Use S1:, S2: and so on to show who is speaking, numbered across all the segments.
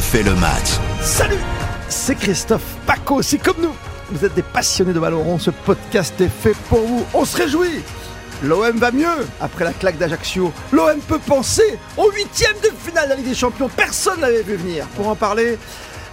S1: fait le match.
S2: Salut, c'est Christophe Paco, c'est comme nous. Vous êtes des passionnés de Valoron, ce podcast est fait pour vous. On se réjouit L'OM va mieux après la claque d'Ajaccio. L'OM peut penser au huitième de finale de la Ligue des Champions. Personne ne l'avait vu venir. Pour en parler,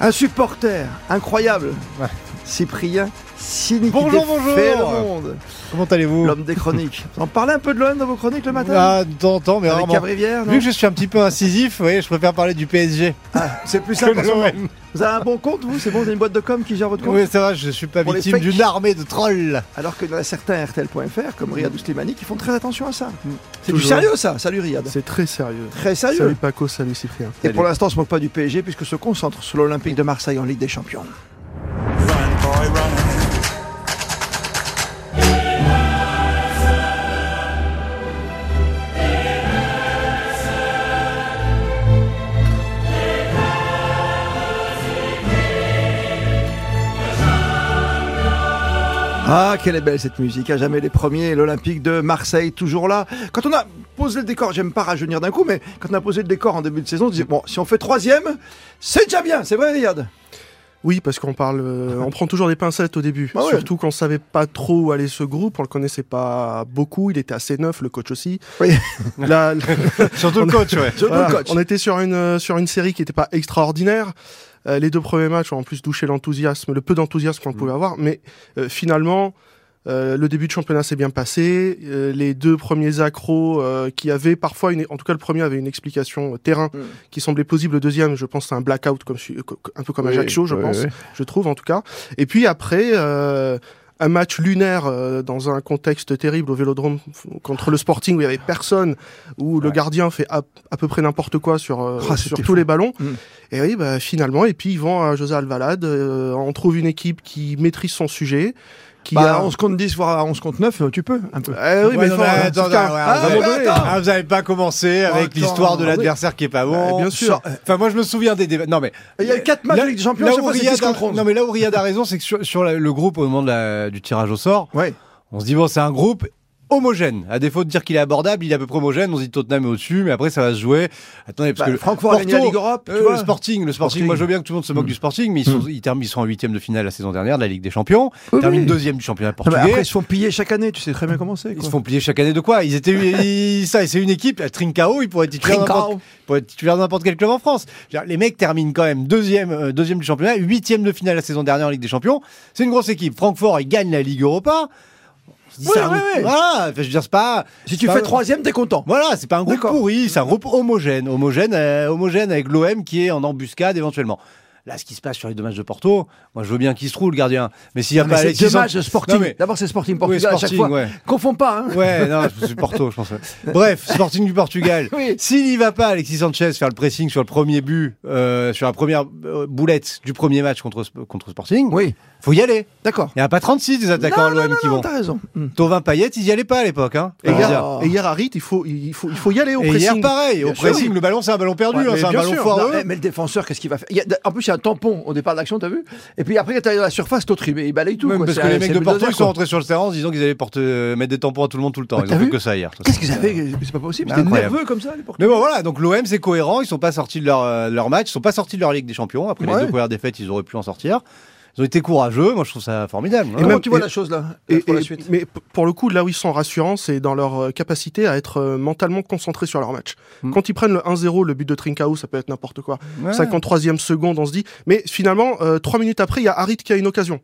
S2: un supporter incroyable,
S3: Ouais.
S2: Cyprien Sini,
S3: Bonjour,
S2: qui défait
S3: bonjour.
S2: le monde.
S3: Comment allez-vous
S2: L'homme des chroniques. Vous en parlez un peu de l'OM dans vos chroniques le matin
S3: Ah, de temps en temps, mais
S2: Avec
S3: rarement.
S2: Cavrivière, non
S3: Vu que je suis un petit peu incisif, oui, je préfère parler du PSG
S2: Ah, C'est plus
S3: que
S2: simple.
S3: de l'OM.
S2: Vous avez un bon compte, vous C'est bon, vous avez une boîte de com qui gère votre compte
S3: Oui, c'est vrai, je suis pas
S2: Pour les
S3: victime
S2: fakes.
S3: d'une armée de trolls.
S2: Alors qu'il y en a certains à RTL.fr, comme Riyad ou Slimani, qui font très attention à ça. C'est du
S4: Mm. Toujours.
S2: sérieux, ça. Salut Riyad.
S4: C'est très sérieux.
S2: Très sérieux.
S4: Salut Paco, salut Cyprien.
S2: Et pour l'instant, on se moque pas du PSG puisque se concentre sur l'Olympique de Marseille en Ligue des Champions. Ah, quelle est belle cette musique, à jamais les premiers, l'Olympique de Marseille, toujours là. Quand on a posé le décor, j'aime pas rajeunir d'un coup, mais quand on a posé le décor en début de saison, on se disait, bon, si on fait troisième, c'est déjà bien, c'est vrai, Riyad
S4: Oui, parce qu'on parle, euh, on prend toujours des pincettes au début.
S2: Ah ouais.
S4: Surtout qu'on savait pas trop où allait ce groupe, on le connaissait pas beaucoup, il était assez neuf, le coach aussi.
S2: Oui.
S4: Là,
S3: Surtout le coach, ouais.
S2: Surtout
S4: voilà,
S2: le coach.
S4: on était sur une euh, sur une série qui n'était pas extraordinaire. Euh, les deux premiers matchs ont en plus douché l'enthousiasme, le peu d'enthousiasme qu'on
S3: Mm.
S4: pouvait avoir, mais euh, finalement. euh, le début de championnat s'est bien passé. euh, les deux premiers accros euh, qui avaient parfois, une, en tout cas le premier avait une explication euh, terrain
S2: Mm.
S4: qui semblait plausible. Le deuxième, je pense, c'est un blackout, comme, su- co- co- un peu comme
S3: Oui,
S4: Ajaccio, je
S3: oui,
S4: pense,
S3: oui.
S4: je trouve en tout cas. Et puis après, euh, un match lunaire euh, dans un contexte terrible au Vélodrome f- contre le Sporting où il y avait personne, où le gardien fait à, à peu près n'importe quoi sur, euh,
S2: Ah,
S4: sur
S2: c'était
S4: tous
S2: fou.
S4: les ballons.
S2: Mm.
S4: Et oui, bah, finalement, et puis ils vont à José Alvalade, euh, on trouve une équipe qui maîtrise son sujet, qui
S2: Bah,
S4: a...
S2: 11 contre 10, voire 11 contre 9, tu peux, un peu.
S4: Eh oui,
S3: Ouais,
S4: mais
S3: non,
S4: fort, hein,
S3: attends,
S4: c'est un-
S3: ouais,
S4: à un
S3: ouais,
S4: moment
S3: ouais,
S4: donné.
S2: attends.
S3: Ah, vous avez pas commencé avec
S2: Attends, ah
S3: l'histoire de
S2: oui. Eh,
S3: l'adversaire qui est pas bon.
S4: Ouais, bien sûr.
S3: Enfin, moi, je me souviens des débats. Non, mais.
S2: Il y a eu quatre matchs
S3: Là-
S2: de Ligue des Champions,
S3: là
S2: chaque
S3: où
S2: fois, c'est
S3: Riyad
S2: 10 contre
S3: a-
S2: 11.
S3: Non, mais là où Riyad a raison, c'est que sur, sur la- le groupe, au moment de la- du tirage au sort,
S2: Ouais.
S3: on se dit, bon, c'est un groupe homogène. À défaut de dire qu'il est abordable, il est à peu près homogène. On se dit Tottenham est au-dessus, mais après, ça va se jouer. Attendez, parce
S2: Bah,
S3: que. le-
S2: Francfort a gagné la
S3: Porto,
S2: Ligue Europe, tu
S3: euh,
S2: vois. Hmm.
S3: le sporting, le sporting,
S2: Sporting.
S3: moi je veux bien que tout le monde se moque du sporting, mais ils sont, ils, terminent, ils sont en huitième de finale la saison dernière de la Ligue des Champions,
S2: Oui,
S3: ils terminent
S2: oui.
S3: deuxième du championnat
S2: Non, mais
S3: portugais.
S2: après, ils se font piller chaque année, tu sais très bien comment c'est.
S3: ils
S2: quoi.
S3: se font plier chaque année de quoi Ils étaient ils- ça, et c'est une équipe. à Trincao, ils pourraient être titulaires
S2: Trincao.
S3: n'importe- ils pourraient être titulaires de n'importe quel club en France. Je veux dire, Les mecs terminent quand même deuxième, euh, deuxième du championnat, huitième de finale la saison dernière en Ligue des Champions. C'est une grosse équipe. Francfort, ils gagnent la Ligue Europa. On se dit,
S2: Ouais,
S3: c'est un-
S2: ouais, ouais.
S3: Voilà, Enfin, je veux dire, c'est pas.
S2: Si tu
S3: c'est
S2: fais
S3: pas-
S2: troisième, t'es content.
S3: voilà, c'est pas un groupe
S2: D'accord.
S3: pourri, c'est un groupe homogène, homogène, euh, homogène avec l'OM qui est en embuscade éventuellement. Là, ce qui se passe sur les deux matchs de Porto, moi je veux bien qu'il se roule, le gardien. Mais s'il n'y a
S2: Non, mais
S3: pas
S2: C'est
S3: Alexis
S2: deux
S3: San-
S2: matchs de Sporting.
S3: Non, mais-
S2: D'abord, c'est Sporting
S3: Oui,
S2: Portugal à chaque
S3: Sporting,
S2: fois.
S3: ouais.
S2: Confonds pas, hein.
S3: Ouais, non, c'est Porto, je pense. ouais. Bref, Sporting du Portugal.
S2: Oui.
S3: S'il n'y va pas, Alexis Sanchez, faire le pressing sur le premier but, euh, sur la première euh, boulette du premier match contre, contre Sporting,
S2: Oui,
S3: faut y aller.
S2: d'accord.
S3: Il n'y en a pas 36 des attaquants à
S2: Non, non,
S3: l'OM
S2: non,
S3: qui
S2: non,
S3: vont.
S2: T'as raison. Hmm.
S3: Tovin Payet, ils n'y allaient pas à l'époque. Hein,
S4: Et
S3: Faut le dire.
S2: Ah.
S4: hier, et hier, Harit, il faut, il faut, il faut y aller au
S3: Et
S4: pressing.
S3: hier, pareil. Au
S4: Bien sûr.
S3: pressing, le ballon, c'est un ballon perdu,
S4: Ouais,
S3: hein,
S4: mais
S3: c'est un
S4: bien
S3: ballon
S4: sûr.
S3: foireux.
S2: Non, mais, mais le défenseur, qu'est-ce qu'il va faire Il y a- En plus, il y a un tampon au départ de l'action, t'as vu Et puis après, t'arrives à la surface, t'as tribé, il balaye tout.
S3: Même
S2: quoi.
S3: parce
S2: C'est
S3: que
S2: un-
S3: les mecs
S2: c'est
S3: de Porto,
S2: bulldozer,
S3: ils sont
S2: quoi.
S3: rentrés sur le terrain en se disant qu'ils allaient porter- euh, mettre des tampons à tout le monde tout le temps.
S2: Bah,
S3: Ils
S2: t'as
S3: ont fait
S2: vu
S3: que ça hier. ça,
S2: Qu'est-ce
S3: c'est-
S2: qu'ils avaient C'est pas possible. C'était
S3: Incroyable.
S2: nerveux comme ça, les Portugais.
S3: Mais bon, voilà, donc l'OM, c'est cohérent. Ils sont pas sortis de leur, euh, leur match, ils sont pas sortis de leur Ligue des Champions. Après
S2: Ouais.
S3: les deux premières défaites, ils auraient pu en sortir. Ils ont été courageux. Moi, je trouve ça formidable.
S2: Et
S3: hein.
S2: comment tu vois
S4: et-
S2: la chose là
S4: Et-
S2: pour la
S4: et-
S2: suite
S4: mais p- pour le coup, là où ils sont rassurants, c'est dans leur euh, capacité à être euh, mentalement concentrés sur leur match.
S3: Mm.
S4: Quand ils prennent le 1-0, le but de Trincao, ça peut être n'importe quoi.
S3: Ouais.
S4: 53e seconde, on se dit. Mais finalement, euh, trois minutes après, il y a Harit qui a une occasion.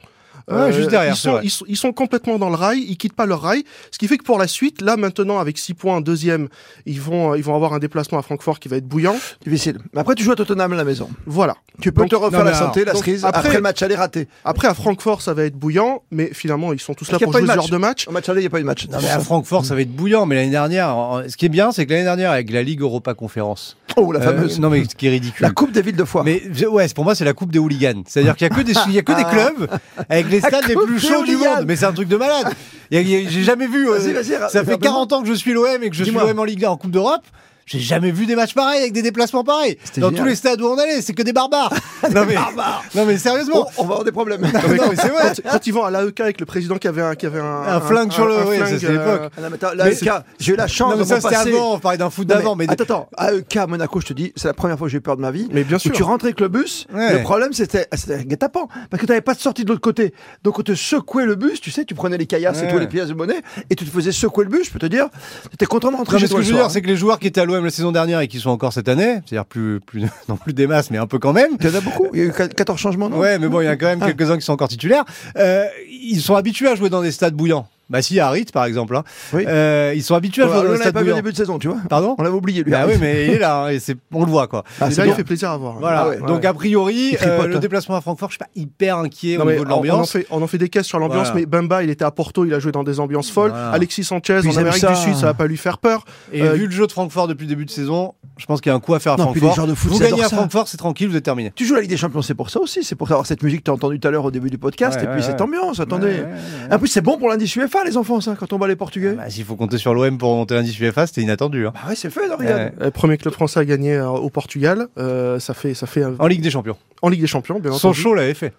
S4: Euh,
S3: Ouais, juste derrière,
S4: ils,
S3: c'est
S4: sont,
S3: vrai.
S4: ils, sont, ils sont complètement dans le rail, ils quittent pas leur rail, ce qui fait que pour la suite, là maintenant avec 6 points, deuxième, ils vont, ils vont avoir un déplacement à Francfort qui va être bouillant.
S2: Difficile. Mais après, tu joues à Tottenham à la maison.
S4: Voilà.
S2: Tu peux
S4: Donc,
S2: te refaire
S3: non, mais
S2: la
S3: alors,
S2: santé, la
S4: donc,
S2: cerise. Après,
S4: après-
S2: le match aller raté.
S4: Après à Francfort, ça va être bouillant, mais finalement ils sont tous
S2: Parce
S4: là
S2: qu'il y a
S4: pour
S2: pas
S4: jouer
S2: eu
S4: ce
S2: de
S4: genre de match.
S2: Au match aller, il n'y a pas eu de match.
S3: Non, mais à Francfort, ça va être bouillant. Mais l'année dernière, en- ce qui est bien, c'est que l'année dernière, avec la Ligue Europa Conférence,
S2: Oh, la
S3: euh,
S2: fameuse.
S3: non mais ce qui est ridicule.
S2: La Coupe des villes de foire.
S3: Mais je- ouais, c'est- pour moi, c'est la coupe des hooligans. C'est-à-dire qu'il y a que des, il y a que des clubs avec les
S2: Ah. La
S3: stades les
S2: coupe
S3: plus
S2: des
S3: chauds du
S2: hooligans.
S3: monde. Mais c'est un truc de malade. Il y a- il y a- J'ai jamais vu. euh,
S2: Vas-y, vas-y,
S3: ça fait
S2: rappelle-moi.
S3: 40 ans que je suis l'OM et que je suis
S2: Dis-moi.
S3: l'OM en Ligue 1 en Coupe d'Europe. J'ai jamais vu des matchs pareils avec des déplacements pareils.
S2: C'était
S3: Dans
S2: génial.
S3: tous les stades où on allait, c'est que des barbares. non, mais,
S2: Barbare
S3: non mais sérieusement.
S2: Oh, On va avoir des problèmes.
S3: Non, mais c'est vrai.
S4: Quand, quand ils vont à l'AEK avec le président qui avait un, qui avait un,
S3: Un flingue sur le- oui, ça,
S4: flingue, euh,
S3: c'est l'époque.
S2: Ah non, mais attends, l'AEK, j'ai eu la chance
S3: Non, mais
S2: de
S3: ça
S2: mon
S3: c'était
S2: passé.
S3: avant, on parlait d'un foot
S2: Non, mais
S3: d'avant, mais,
S2: Attends, attends, AEK à Monaco, je te dis, c'est la première fois que j'ai eu peur de ma vie.
S4: Mais bien sûr.
S2: Où tu rentrais avec le bus,
S3: Ouais.
S2: le problème c'était ah, c'était un guet-apens, parce que tu n'avais pas de sortie de l'autre côté. Donc on te secouait le bus, tu sais, tu prenais les caillasses et
S3: Ouais.
S2: tout, les pièces de monnaie, et tu te faisais secouer le bus, je peux te dire, tu étais content de rentrer
S3: Non,
S2: chez
S3: mais ce
S2: toi
S3: que
S2: le
S3: je veux
S2: soir, hein.
S3: dire, c'est que les joueurs qui étaient à l'OM la saison dernière et qui sont encore cette année, c'est-à-dire plus, plus, non plus des masses, mais un peu quand même.
S2: hein. Il y en a beaucoup, il y a eu 14 changements, non
S3: Ouais, mais bon, il y en a quand même
S2: Ah.
S3: quelques-uns qui sont encore titulaires. Euh, ils sont habitués à jouer dans des stades bouillants. Bah si, Harit, par exemple. hein.
S2: Oui. Oh,
S3: Euh, ils sont habitués à
S2: On
S3: jouer dans des
S2: l'avait
S3: stades
S2: pas vu au
S3: bouillants.
S2: début de saison, tu vois.
S3: Pardon
S2: On l'avait oublié, lui.
S3: Bah oui, mais il est là, hein, et c'est- on le voit, quoi.
S2: Ah,
S4: Et
S2: c'est
S4: là, il
S2: bien.
S4: fait plaisir à voir.
S3: Voilà.
S2: Ah ouais, ouais,
S3: Donc, a priori,
S2: Il tripote,
S3: euh, le
S2: hein.
S3: déplacement à Francfort, je suis pas hyper inquiet
S4: Non,
S3: au
S4: mais
S3: niveau de
S4: on- on, en
S3: l'ambiance.
S4: fait, on en fait des caisses sur l'ambiance,
S3: Voilà.
S4: mais Bamba, il était à Porto, il a joué dans des ambiances folles.
S3: Voilà.
S4: Alexis Sanchez,
S2: Puis ils
S4: en
S2: aiment
S4: Amérique
S2: ça.
S4: du Sud, ça va pas lui faire peur.
S3: Et
S4: Euh,
S3: vu le jeu de Francfort depuis le début de saison, je pense qu'il y a un coup à faire à
S2: Non, puis les
S3: Francfort.
S2: joueurs de foot,
S3: Vous
S2: ils adorent
S3: gagnez à
S2: ça.
S3: Francfort, c'est tranquille, vous êtes terminé.
S2: Tu joues à la Ligue des Champions, c'est pour ça aussi, c'est pour avoir cette musique que tu as entendue tout à l'heure au début du podcast,
S3: Ouais,
S2: et puis
S3: ouais,
S2: cette
S3: ouais.
S2: ambiance, attendez.
S3: Ouais, ouais, ouais.
S2: En plus, c'est bon pour l'indice UEFA, les enfants, ça, quand on bat les Portugais.
S3: Bah, S'il faut compter sur l'OM pour remonter l'indice UEFA, c'était inattendu. hein.
S2: Bah ouais, c'est fait, non,
S3: Ouais.
S2: regarde.
S4: Euh, premier club français à gagner euh, au Portugal. Euh, ça fait, ça fait euh,
S3: En Ligue des Champions.
S4: en Ligue des Champions, bien entendu.
S3: Sochaux l'avait fait.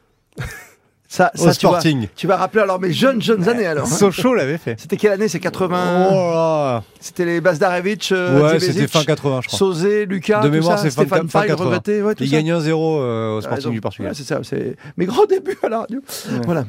S2: Ça,
S3: Au
S2: ça tu vois.
S3: Sporting.
S2: Tu vas rappeler alors mes jeunes, jeunes années alors. hein.
S3: Sochaux l'avait fait.
S2: C'était quelle année C'est
S3: Oh
S2: 80.
S3: là
S2: C'était les Bazdarevic, euh,
S3: là. Ouais,
S2: Djibesic,
S3: c'était fin 80, je crois.
S2: Sauzet, Lucas.
S3: De
S2: tout
S3: mémoire,
S2: ça,
S3: c'est fin
S2: Stéphane
S3: 80.
S2: Paille, regretté, ouais, tout
S3: Il
S2: ça.
S3: gagne 1-0 euh, au
S2: Ah,
S3: Sporting
S2: donc,
S3: du Portugal.
S2: ouais, c'est ça, c'est mes grands débuts à la radio. Voilà.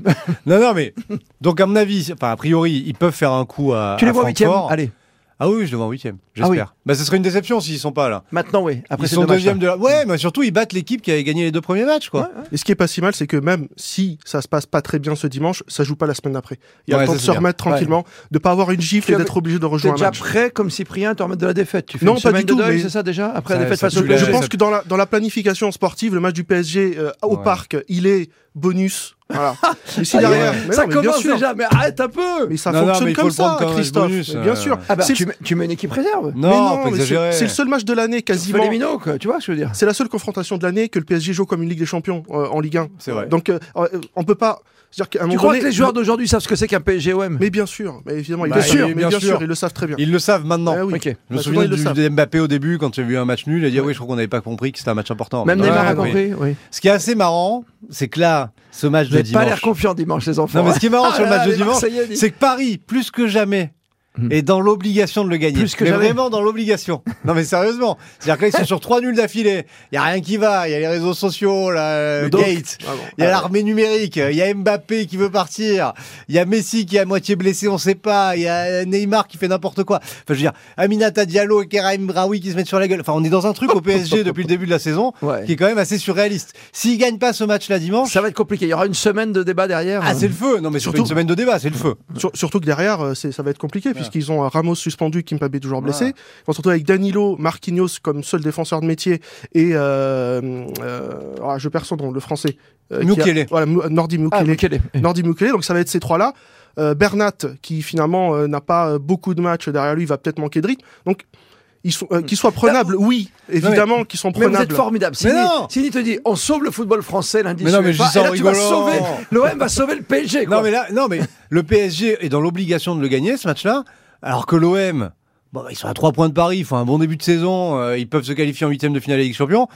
S3: Non, non, mais. Donc, à mon avis, enfin, a priori, ils peuvent faire un coup à.
S2: Tu les
S3: à
S2: vois en huitième
S3: Francfort.
S2: Allez,
S3: Ah oui, je les vois en huitième.
S2: Ah oui.
S3: J'espère. Bah, ce serait une déception s'ils sont pas là.
S2: maintenant, oui. Après,
S3: ils
S2: c'est
S3: sont
S2: dommage,
S3: deuxième de la. Ouais, mais surtout, ils battent l'équipe qui avait gagné les deux premiers matchs, quoi.
S4: Et ce qui est pas si mal, c'est que même si ça se passe pas très bien ce dimanche, ça joue pas la semaine d'après. Il y a
S3: Ouais,
S4: le temps
S3: ça,
S4: de
S3: c'est
S4: se
S3: bien.
S4: remettre tranquillement, de pas avoir une gifle
S2: Tu
S4: et
S2: avais-
S4: d'être obligé de
S2: ça. T'es
S4: rejoindre un
S2: déjà
S4: match.
S2: prêt, comme Cyprien, à te remettre de la défaite. Tu fais
S4: Non,
S2: une
S4: pas
S2: semaine
S4: du tout,
S2: de deuil,
S4: mais-
S2: c'est ça déjà Après la
S3: Ça-
S2: défaite
S3: ça
S2: face au
S3: tue la-
S4: Je
S3: Ouais,
S2: PSG.
S4: pense
S3: ça-
S4: que dans la, dans la planification sportive, le match du PSG euh, au
S3: Ouais.
S4: parc, il est bonus. Voilà. Et si
S2: Ah,
S4: derrière,
S2: ouais.
S4: mais
S2: ça
S4: non, mais bien
S2: commence
S4: sûr.
S2: déjà, mais arrête un peu
S4: Mais ça
S3: Non, non,
S4: fonctionne
S3: mais il faut
S4: comme
S3: le prendre
S4: ça,
S3: comme un match
S4: Christophe.
S3: bonus,
S4: mais
S3: euh,
S4: bien sûr.
S2: Ah bah,
S4: C'est-
S2: tu, mets, tu mets une équipe réserve
S3: Non,
S4: mais
S3: pas
S4: mais c'est-
S3: exagérer.
S4: c'est le seul match de l'année
S2: Tu fais
S4: quasiment.
S2: les minots, quoi, tu vois ce que je veux dire
S4: C'est la seule confrontation de l'année que le PSG joue comme une Ligue des Champions euh, en Ligue 1.
S3: C'est vrai.
S4: Donc euh, euh, on peut pas dire qu'à un
S2: Tu
S4: moment
S2: crois
S4: donné-
S2: que les joueurs d'aujourd'hui savent ce que c'est qu'un PSGOM
S4: Mais bien sûr, mais évidemment, ils
S3: Bah,
S4: le
S3: bien
S4: savent,
S3: sûr,
S4: mais
S3: bien
S4: bien, sûr.
S3: sûr.
S4: ils le savent très bien.
S3: Ils le savent maintenant.
S4: Ah oui.
S2: Ok.
S3: Je me
S4: Bah, souvent,
S3: souviens
S4: ils le
S3: du,
S4: savent.
S3: de Mbappé au début, quand il a vu un match nul, il a dit Ah oui, je crois qu'on n'avait pas compris que c'était un match important.
S2: Même
S3: Ouais,
S2: Neymar a
S3: ouais, oui.
S2: compris, oui.
S3: Ce qui est assez marrant, c'est que là, ce match
S2: Vous
S3: de
S2: n'avez pas l'air
S3: dimanche.
S2: confiant dimanche, les enfants.
S3: Non, mais ce qui est marrant sur le match de dimanche,
S2: c'est
S3: c'est que Paris, plus que jamais,
S2: Hmm.
S3: est dans l'obligation de le gagner.
S2: Plus que
S3: mais
S2: jamais.
S3: vraiment dans l'obligation. non mais sérieusement, c'est-à-dire que là ils sont sur trois nuls d'affilée. Il y a rien qui va. Il y a les réseaux sociaux, la
S4: Donc,
S3: Gates.
S4: ah bon.
S3: Il y a l'armée numérique, il y a Mbappé qui veut partir, il y a Messi qui est à moitié blessé, on sait pas, il y a Neymar qui fait n'importe quoi. Enfin, je veux dire, Aminata Diallo et Kerem Braoui qui se mettent sur la gueule. Enfin, on est dans un truc au PSG depuis le début de la saison
S2: Ouais.
S3: qui est quand même assez surréaliste. S'ils gagnent pas ce match-là dimanche,
S2: ça va être compliqué. Il y aura une semaine de débat derrière.
S3: ah, c'est le feu. Non, mais surtout une
S4: Surtout-
S3: semaine de débat, c'est le feu.
S4: Ah, Sur- surtout que derrière, euh, c'est- ça va être compliqué puisqu'ils ont euh, Ramos suspendu, Kimpabé toujours blessé. On se retrouve avec Danilo, Marquinhos comme seul défenseur de métier et euh, euh, ah, je perds son nom, le français. euh, qui a-
S3: Mukele.
S4: voilà, Mu- Nordi Mukele.
S2: Ah, Mukele.
S3: Eh.
S4: Nordi Mukele, donc ça va être ces trois-là. Euh, Bernat, qui finalement euh, n'a pas euh, beaucoup de matchs derrière lui, va peut-être manquer de rythme. Donc, ils sont,
S3: Hmm.
S4: euh, qu'ils soient
S3: Bah,
S4: prenables, oui, évidemment qu'ils sont
S2: Mais vous
S4: prenables.
S2: êtes formidable.
S3: oh. Mais
S2: Sini,
S3: non.
S2: Sini te dit on sauve le football français lundi
S3: Mais non, mais je
S2: soir.
S3: dis ça
S2: Et là,
S3: en
S2: tu vas
S3: rigolant.
S2: sauver. L'OM va sauver le PSG. Quoi.
S3: Non mais là, non mais le PSG est dans l'obligation de le gagner ce match-là, alors que l'OM, bon, bah, ils sont à 3 points de Paris, ils font un bon début de saison, euh, ils peuvent se qualifier en huitième de finale de Ligue des Champions.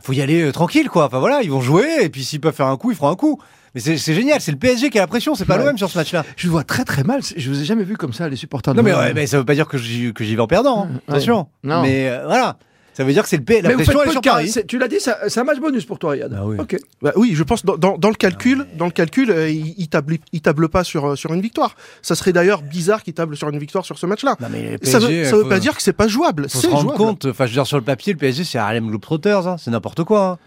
S3: Faut y aller euh, tranquille quoi. Enfin voilà, ils vont jouer et puis s'ils peuvent faire un coup, ils feront un coup. Mais c'est c'est génial, c'est le PSG qui a la pression, c'est pas
S2: Ouais.
S3: l'OM sur ce match-là.
S2: Je vous vois très très mal. Je vous ai jamais vu comme ça, les supporters. de
S3: Non mais,
S2: l'OM.
S3: ouais, mais ça veut pas dire que j'y que j'y vais en perdant, hein. attention.
S2: Non.
S3: Mais euh, voilà, ça veut dire que c'est le P, la
S2: Mais vous faites
S3: pression elle
S2: peu de
S3: est sur
S2: cas.
S3: Paris.
S2: C'est- Tu l'as dit, ça- c'est un match bonus pour toi, Riyad.
S3: Bah oui.
S2: Ok.
S4: Bah oui, je pense dans, dans, dans le
S3: Ah,
S4: calcul, dans le calcul, euh, il, il table, il table pas sur, euh, sur une victoire. Ça serait d'ailleurs bizarre qu'il table sur une victoire sur ce match-là.
S3: Non mais le
S4: Ça veut,
S3: PSG,
S4: ça veut
S3: faut-
S4: pas dire que c'est pas jouable.
S3: faut se
S4: C'est
S3: rendre
S4: jouable.
S3: compte. Enfin, je veux dire, sur le papier, le PSG, c'est Harlem Globetrotters, hein. c'est n'importe quoi. hein.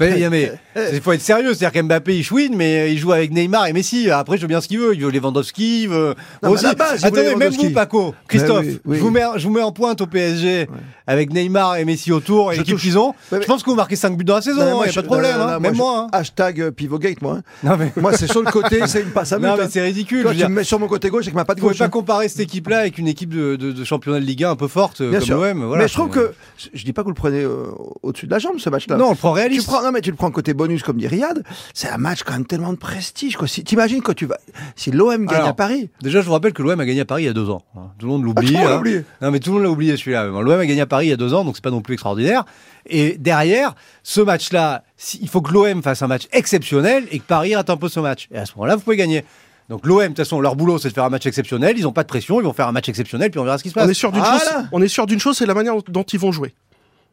S3: Enfin, il y a- mais il faut être sérieux, c'est-à-dire qu'Mbappé il chouine, mais euh, il joue avec Neymar et Messi. Après, je veux bien ce qu'il veut, il veut Lewandowski, il veut.
S2: Non,
S3: Moi
S2: mais à la base, il
S3: attendez,
S2: voulait
S3: même
S2: Lewandowski. Bah
S3: vous, Paco, Christophe,
S2: oui, oui.
S3: Je, vous mets, je vous mets en pointe au PSG avec Neymar et Messi autour et
S2: Je
S3: l'équipe
S2: touche.
S3: qu'ils ont.
S2: Ouais, mais-
S3: Je pense que vous marquez 5 buts dans la saison,
S2: Non, mais
S3: il
S2: moi,
S3: n'y a
S2: je-
S3: pas de problème,
S2: non, non,
S3: hein,
S2: non, moi,
S3: même
S2: je-
S3: moi. hein.
S2: Hashtag euh, pivotgate, moi. hein.
S3: Non mais,
S2: Moi, c'est sur le côté, c'est une passe à
S3: non,
S2: but,
S3: mais
S2: hein.
S3: c'est ridicule.
S2: Toi,
S3: je veux
S2: tu
S3: dire.
S2: me mets sur mon côté gauche avec ma patte
S3: Vous pouvez
S2: gauche.
S3: pas
S2: hein.
S3: comparer cette équipe-là avec une équipe de, de- de championnat de Ligue 1 un peu forte euh,
S2: Bien
S3: comme
S2: sûr.
S3: l'OM. voilà.
S2: mais je trouve que je dis pas que vous le prenez euh, au-dessus de la jambe ce match-là.
S3: non, on le prend
S2: tu
S3: réaliste.
S2: prends, non, non, mais tu le prends côté bonus, comme dit Riyad. C'est un match quand même tellement de prestige. Quoi. Si, t'imagines quand tu vas. Si l'OM gagne
S3: Alors,
S2: à Paris.
S3: Déjà, je vous rappelle que l'OM a gagné à Paris il y a deux ans. hein. Tout le monde
S2: Ah, tout
S3: l'oublie.
S2: le monde
S3: hein.
S2: l'oublie.
S3: Non, mais tout le monde l'a oublié celui-là. même. L'OM a gagné à Paris il y a deux ans, donc c'est pas non plus extraordinaire. Et derrière, ce match-là, si- il faut que l'OM fasse un match exceptionnel et que Paris rate un peu ce match. Et à ce moment-là, vous pouvez gagner. Donc l'OM, de toute façon, leur boulot, c'est de faire un match exceptionnel. Ils n'ont pas de pression, ils vont faire un match exceptionnel, puis on verra ce qui se passe.
S4: On est sûr d'une
S2: Ah
S4: chose,
S2: là
S4: on est sûr d'une chose, c'est la manière dont ils vont jouer.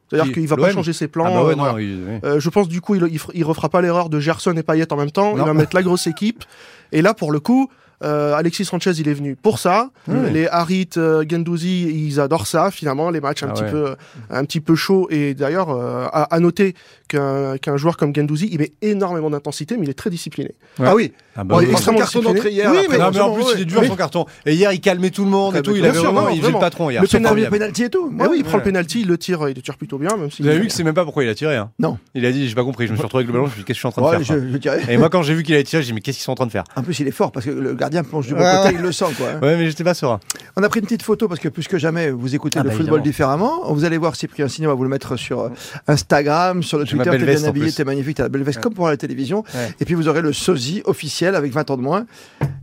S4: C'est-à-dire
S3: Qui-
S4: qu'il va
S3: l'OM?
S4: pas changer ses plans.
S3: Ah bah ouais,
S4: euh,
S3: non,
S4: voilà.
S3: oui, oui.
S4: Euh, je pense du coup, il, il fera- il refera pas l'erreur de Gerson et Payet en même temps.
S3: Non.
S4: Il va mettre la grosse équipe. Et là, pour le coup, euh, Alexis Sanchez, il est venu pour ça.
S3: Ouais.
S4: Les Harit, euh, Gendouzi, ils adorent ça. Finalement, les matchs un
S3: Ah
S4: petit
S3: ouais.
S4: peu, un petit peu chauds. Et d'ailleurs, euh, à, à noter qu'un qu'un joueur comme Gendouzi, il met énormément d'intensité, mais il est très discipliné.
S3: Ouais.
S2: Ah oui,
S3: Ah bah
S2: bon,
S3: oui.
S2: il prend son
S4: extrêmement
S2: carton
S4: discipliné.
S2: d'entrée hier.
S4: Oui,
S2: après,
S4: mais-
S3: Non, mais en
S2: forcément,
S3: plus,
S2: ouais.
S3: il est dur
S2: Oui.
S3: son carton. Et hier, il calmait tout le monde
S4: Ah
S3: et
S4: bah,
S3: tout. Il
S4: bien
S3: avait
S4: sûr,
S3: vraiment,
S4: non,
S3: il faisait le
S4: vraiment.
S3: patron hier.
S2: Le
S3: C'est
S2: pénal-
S3: formidable.
S2: le penalty et tout.
S4: Mais oui, il prend le
S3: ouais.
S4: pénalty, il le tire, euh, il le tire plutôt bien, même si.
S3: Vous avez vu que c'est même pas pourquoi il a tiré. Hein.
S2: Non.
S3: Il a dit, j'ai pas compris. Je me suis retrouvé avec le ballon. Je me suis dit, qu'est-ce que je suis en train
S2: Ouais,
S3: de faire
S2: je, je dirais.
S3: quoi. Et moi, quand j'ai vu qu'il avait tiré, j'ai dit, mais qu'est-ce qu'ils sont en train de faire
S2: En plus, il est fort parce que le gardien plonge du bon
S3: Ouais,
S2: côté,
S3: ouais.
S2: il le sent. Quoi, hein.
S3: Ouais, mais j'étais pas serein.
S2: On a pris une petite photo parce que plus que jamais, vous écoutez
S3: Ah
S2: le
S3: bah,
S2: football
S3: évidemment.
S2: différemment. Vous allez voir Cyprien Signé, on va vous le mettre sur euh, Instagram, sur le
S3: J'ai ma
S2: Twitter.
S3: belle
S2: T'es bien
S3: veste, en
S2: habillé,
S3: plus.
S2: t'es magnifique, t'as la belle veste comme pour la télévision.
S3: Ouais.
S2: Et puis vous aurez le sosie officiel avec 20 ans de moins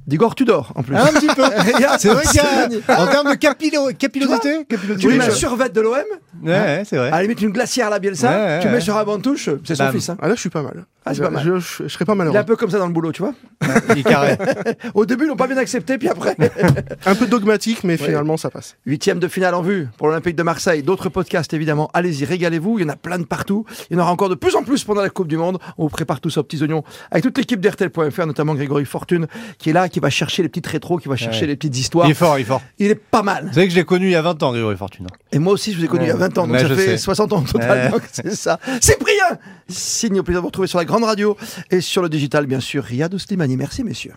S2: d'Igor Tudor en plus.
S3: Un petit peu.
S2: Il y a-
S3: Ah, C'est vrai qu'il y a-
S2: Tu
S3: En termes de capillo- capillosité
S2: tu mets
S3: Oui,
S2: la
S3: je-
S2: survette de l'OM,
S3: Ouais, ouais, c'est vrai.
S2: à la limite une glacière à la Bielsa,
S3: Ouais, ouais,
S2: tu mets
S3: ouais.
S2: sur un banc de touche, c'est son
S3: Bam.
S2: fils. hein.
S4: Ah là, je suis pas mal.
S2: Ah, c'est pas mal.
S4: Je, je- je serais pas
S2: Il est
S4: malheureux.
S2: un peu comme ça dans le boulot, tu vois.
S3: Il est carré.
S2: Au début, ils l'ont pas bien accepté, puis après.
S4: Un peu dogmatique, mais finalement, ça passe.
S2: Huitième de finale en vue pour l'Olympique de Marseille. D'autres podcasts, évidemment. Allez-y, régalez-vous. Il y en a plein de partout. Il y en aura encore de plus en plus pendant la Coupe du Monde. On vous prépare tous aux petits oignons avec toute l'équipe d'RTL.fr, notamment Grégory Fortune, qui est là, qui va chercher les petites rétros, qui va chercher
S3: Ouais.
S2: les petites histoires.
S3: Il
S2: Il est,
S3: est fort, il est fort.
S2: pas mal.
S3: Vous savez que je l'ai connu il y a 20 ans, Grégory Fortune.
S2: Et moi aussi, je vous ai connu
S3: Ouais.
S2: il y a 20 ans, donc
S3: Ouais,
S2: ça
S3: je
S2: fait
S3: sais.
S2: 60 ans au total.
S3: Ouais.
S2: donc C'est ça. Cyprien Signe au plaisir de vous retrouver sur la grande radio et sur le digital, bien sûr. Riyad Slimani. Merci, messieurs.